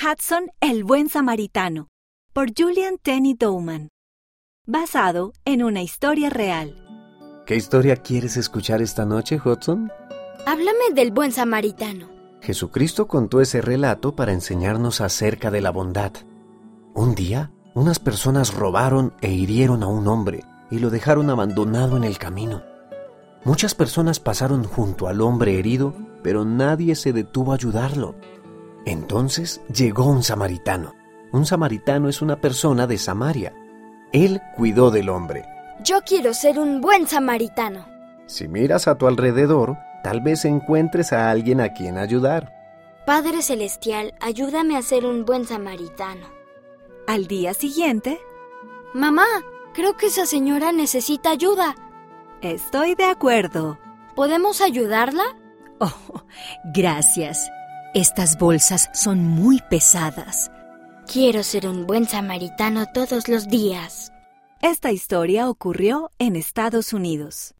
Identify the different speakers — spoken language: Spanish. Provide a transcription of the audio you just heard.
Speaker 1: Hudson, el buen samaritano, por Julian Tenney Dowman. Basado en una historia real.
Speaker 2: ¿Qué historia quieres escuchar esta noche, Hudson?
Speaker 3: Háblame del buen samaritano.
Speaker 2: Jesucristo contó ese relato para enseñarnos acerca de la bondad. Un día, unas personas robaron e hirieron a un hombre y lo dejaron abandonado en el camino. Muchas personas pasaron junto al hombre herido, pero nadie se detuvo a ayudarlo. Entonces llegó un samaritano. Un samaritano es una persona de Samaria. Él cuidó del hombre.
Speaker 3: Yo quiero ser un buen samaritano.
Speaker 2: Si miras a tu alrededor, tal vez encuentres a alguien a quien ayudar.
Speaker 3: Padre Celestial, ayúdame a ser un buen samaritano.
Speaker 1: Al día siguiente,
Speaker 3: Mamá, creo que esa señora necesita ayuda.
Speaker 1: estoy de acuerdo.
Speaker 3: ¿Podemos ayudarla?
Speaker 4: Oh, gracias. Estas bolsas son muy pesadas.
Speaker 3: Quiero ser un buen samaritano todos los días.
Speaker 1: Esta historia ocurrió en Estados Unidos.